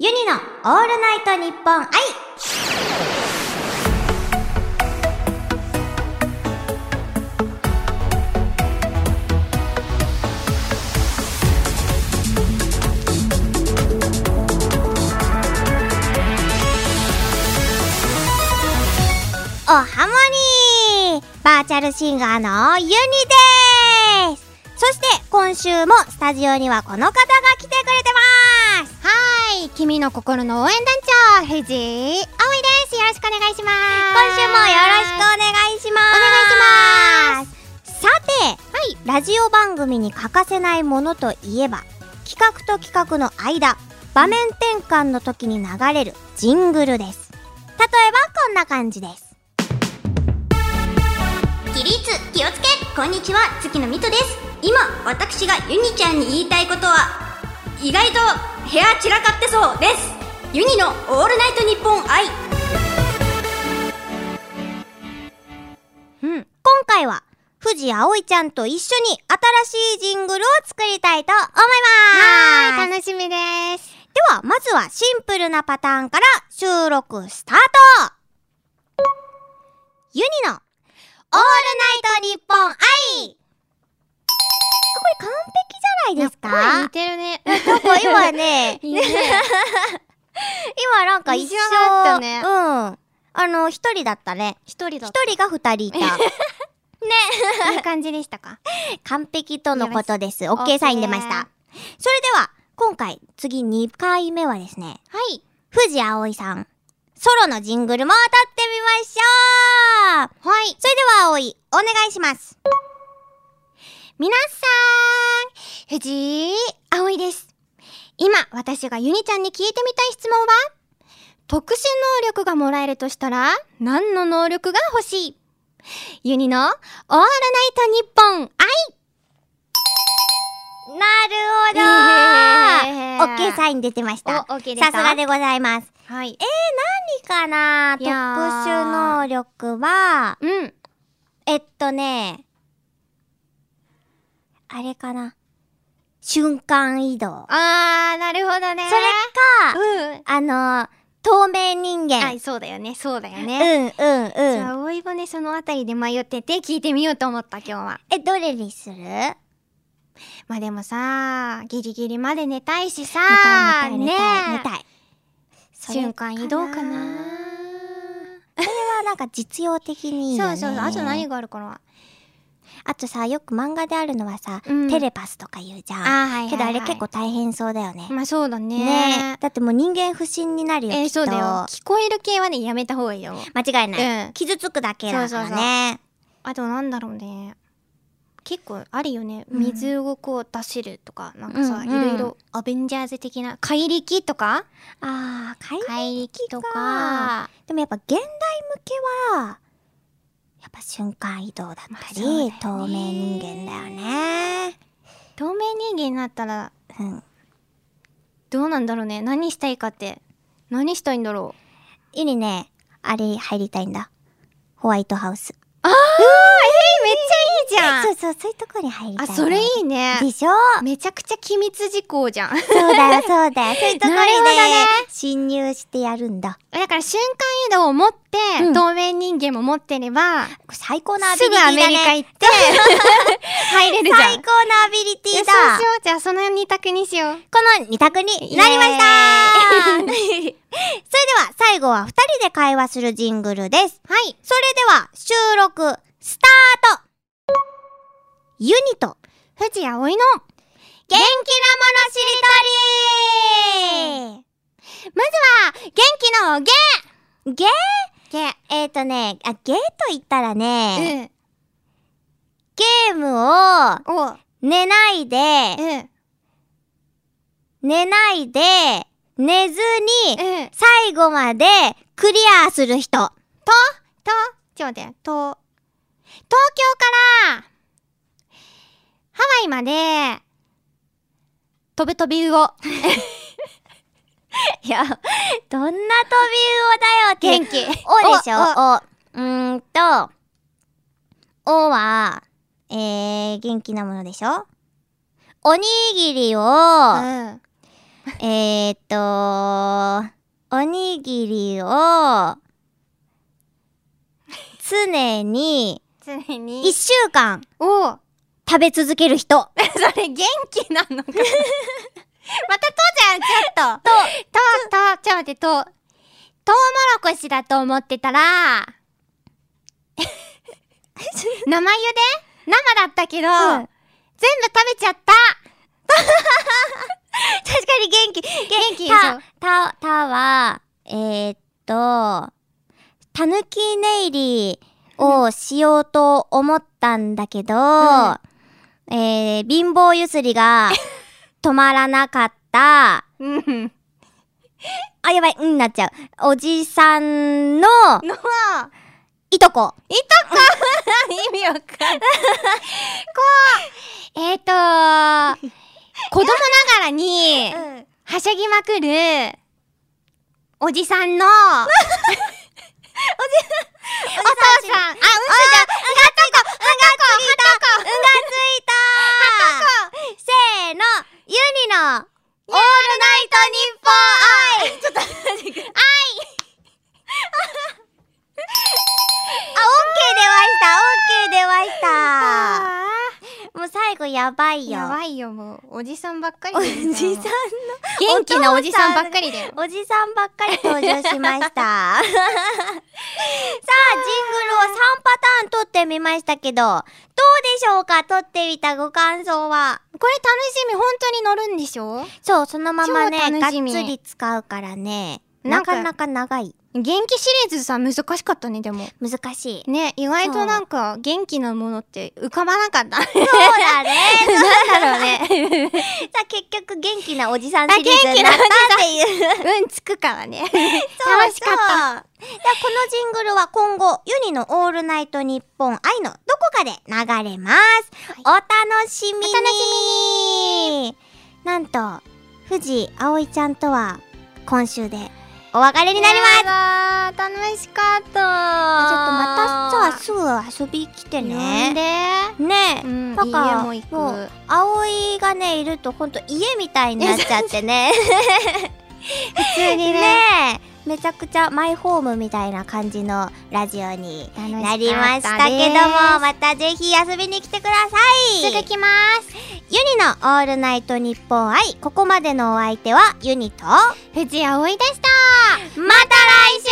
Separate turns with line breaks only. ユニのオールナイトニッポン愛おはモニーバーチャルシンガーのユニですそして今週もスタジオにはこの方が来てくれてます
はい、君の心の応援団長、藤井葵です。よろしくお願い
今週もよろしく
します。
お願いします
お願いし
ますさて、ラジオ番組に欠かせないものといえば企画と企画の間場面転換の時に流れるジングルです例えばこんな感じです
起立気をつけこんにちは月野水戸です今私がユニちゃんに言いたいことは意外と部屋散らかってそうですユニの「オールナイトニッポン愛」
今回は藤葵ちゃんと一緒に新しいジングルを作りたいと思います
はい、楽しみです。
では、まずはシンプルなパターンから収録スタートユニのオールナイトニッポン愛これ完璧じゃないですか なん
声似てるね。
か今 ね、
いいね。
今なんか一緒
一緒だったね
うん。あの、一人だったね。
一人だ
一
っ
人が二人いた。
た。いい感じでしたか。
完璧とのことです。
ました
OK サイン出まし
OK
た。それでは、今回、次2回目はですね、
はい。
藤葵さん、ソロのジングルも歌ってみましょう
はい。
それでは葵、お願いします。
皆さん、藤井葵です。今、私がユニちゃんに聞いてみたい質問は、特殊能力がもらえるとしたら、何の能力が欲しいユニのオールナイトニッポン愛
な
え
る
ー
ほど !OK サイン出てました。
お OK で
さ
すか
すがでございます。
はい。
いいかない特
や
殊能
ー
力は、
うん。
えっとね、あれかな。瞬間移動。
あー、なるほどね。
それか、
うん。
あの、透明人間
あ、。そうだよね、そうだよ
う
ね。
んうん
じゃ
うん。
あ、おいぼね、そのあたりで迷ってて聞いてみようと思った、今日は。
え、どれにする
まあでもさ、ギリギリまで寝たいしさ、
寝たい寝たい寝
ね
たい。それ
瞬間移動かな
これはなんか実用的にいいよ
そ
ね。
うそうそうあと何があるかな
あとさ、よく漫画であるのはさ、
うん
テレパスとか言うじゃん。
あはいはいはい
けどあれ結構大変そうだよね。
まあそうだね
ねえだってもう人間不信になるよ、
え
き
ー
っと。
そうだよ聞こえる系はねやめた方がいいよ
間違いない。
うん
傷つくだけだか
そう
ら
そうそ
ね。
あとなんだろうね結構あるよね
うん
水をこう出せるとか、なんかさ、
うん
いろいろアベンジャーズ的な怪力とか
ああ、かい
怪力と
かでもやっぱ現代向けは、やっぱ瞬間移動だった
まあそう
り、
だ
透明
よね
人間だよね。
透明人間になったら
うん。
どうなんだろうね何したいかって何したいんだろう
ゆにね、あれ入りたいんだ。ホワイトハウス。
めっちゃいいじゃ
そう
ん
そう、そういうとこに入りたい
あ
な。
それいいね
でしょ
めちゃくちゃ機密事項じゃん
そうだよ、そうだ よ。そういうところ
なる
に
ほど
ね
ね
侵入してやるんだ。
だから瞬間移動を持って、
うん
透明人間も持ってれば
これ最高なアビ
す
リティ
ぐ
だ
ア
ね。
メリカ行って入れるじゃん
最高なアビリテ
いや
ィ
そう
だ
しよ。うじゃあその二択にしよう
この二択になりましたそれでは最後は二人で会話するジングルです。
はい
それでは収録スタートユニと
藤葵
元
の
気なものしりと
元気のゲ
りゲーえっ、ー、とね、あ、ゲーと言ったらね、
ー
ゲームを
うんお
寝ないで、
うんうん
寝ないで、寝ずに、最後までクリアする人。
とちょっと待ってと東京からハワイまで飛ぶ飛び魚
いや、どんな飛び魚だよって。
元
お
気
でしょ
お
お。うーんと、おは、えー、元気なものでしょおにぎりを、
うん
えーっと、おにぎりを、常に、
常に
一週間、
おう
食べ続ける人。
それ元気なのか またとうちゃんちょっとととちょっと待ってとうとうもろこしだと思ってた ら生茹で生だったけど、
うん
全部食べちゃった
確かに元気。元
元気でしょ
た、た、たは、えー、っと、たぬきネイリをしようと思ったんだけど、えー、貧乏ゆすり が止まらなかった、
うん
あ、やばい、うんなっちゃう。おじさんの、
の
いとこ。
意味わかんない。こう、えっ、と、子供ながらに、はしゃぎまくる、おじさんの、おじ、お父さん、あ、うんこじゃ、うんこ、うんこ、うんこ、うんこ、
ついたせーの、ユニの、オールナイトニッポンアイあ、オッケー出ました。オッケー出ました。もう最後やばいよ。
やばいよ、もう、おじさんばっかり
お
だよ
じさんの、
元気なおじさんばっかりだよ。
おじさんばっかり登場し ました。さあ、ジングルを3パターン撮ってみましたけど、どうでしょうか撮ってみたご感想は。
これ楽しみ、本当に乗るんでしょ
そう、そのままね、
超
がっ
楽
つ
しみ
り使うからね。な
な
ん
か
かなか長い。
元気シリーズさ、難しかったね、でも。
難しい。
ね、意外となんか元気なものって浮かばなかった。
そうだね。
なんだろうね。
さあ、結局元気なおじさん
あ
シリーズになったっていう。
うんつくからね。
そう
楽しか
そうで
った。
はこのジングルは今後、ユニのオールナイトニッポン愛のどこかで流れます。お楽しみに
お楽
なんと、藤井葵ちゃんとは今週でお別れになります。ちょっ
ます。楽しかった。ちょっと
とまたさ、
さ、
すぐ遊び来てね。
ね。
ねえ、
うん、
パパ
家も行
も
く
う。葵がね、いるとほんと家みたいになっちゃってね。
普通に
ね
ね。
えめちゃくちゃマイホームみたいな感じのラジオに
楽しかった
なりましたけどもまたぜひ遊びに来てくださ
です
い
すぐ来ます。
ユニの「オールナイトニッポン愛」ここまでのお相手はユニとま
藤井葵でした。
た来週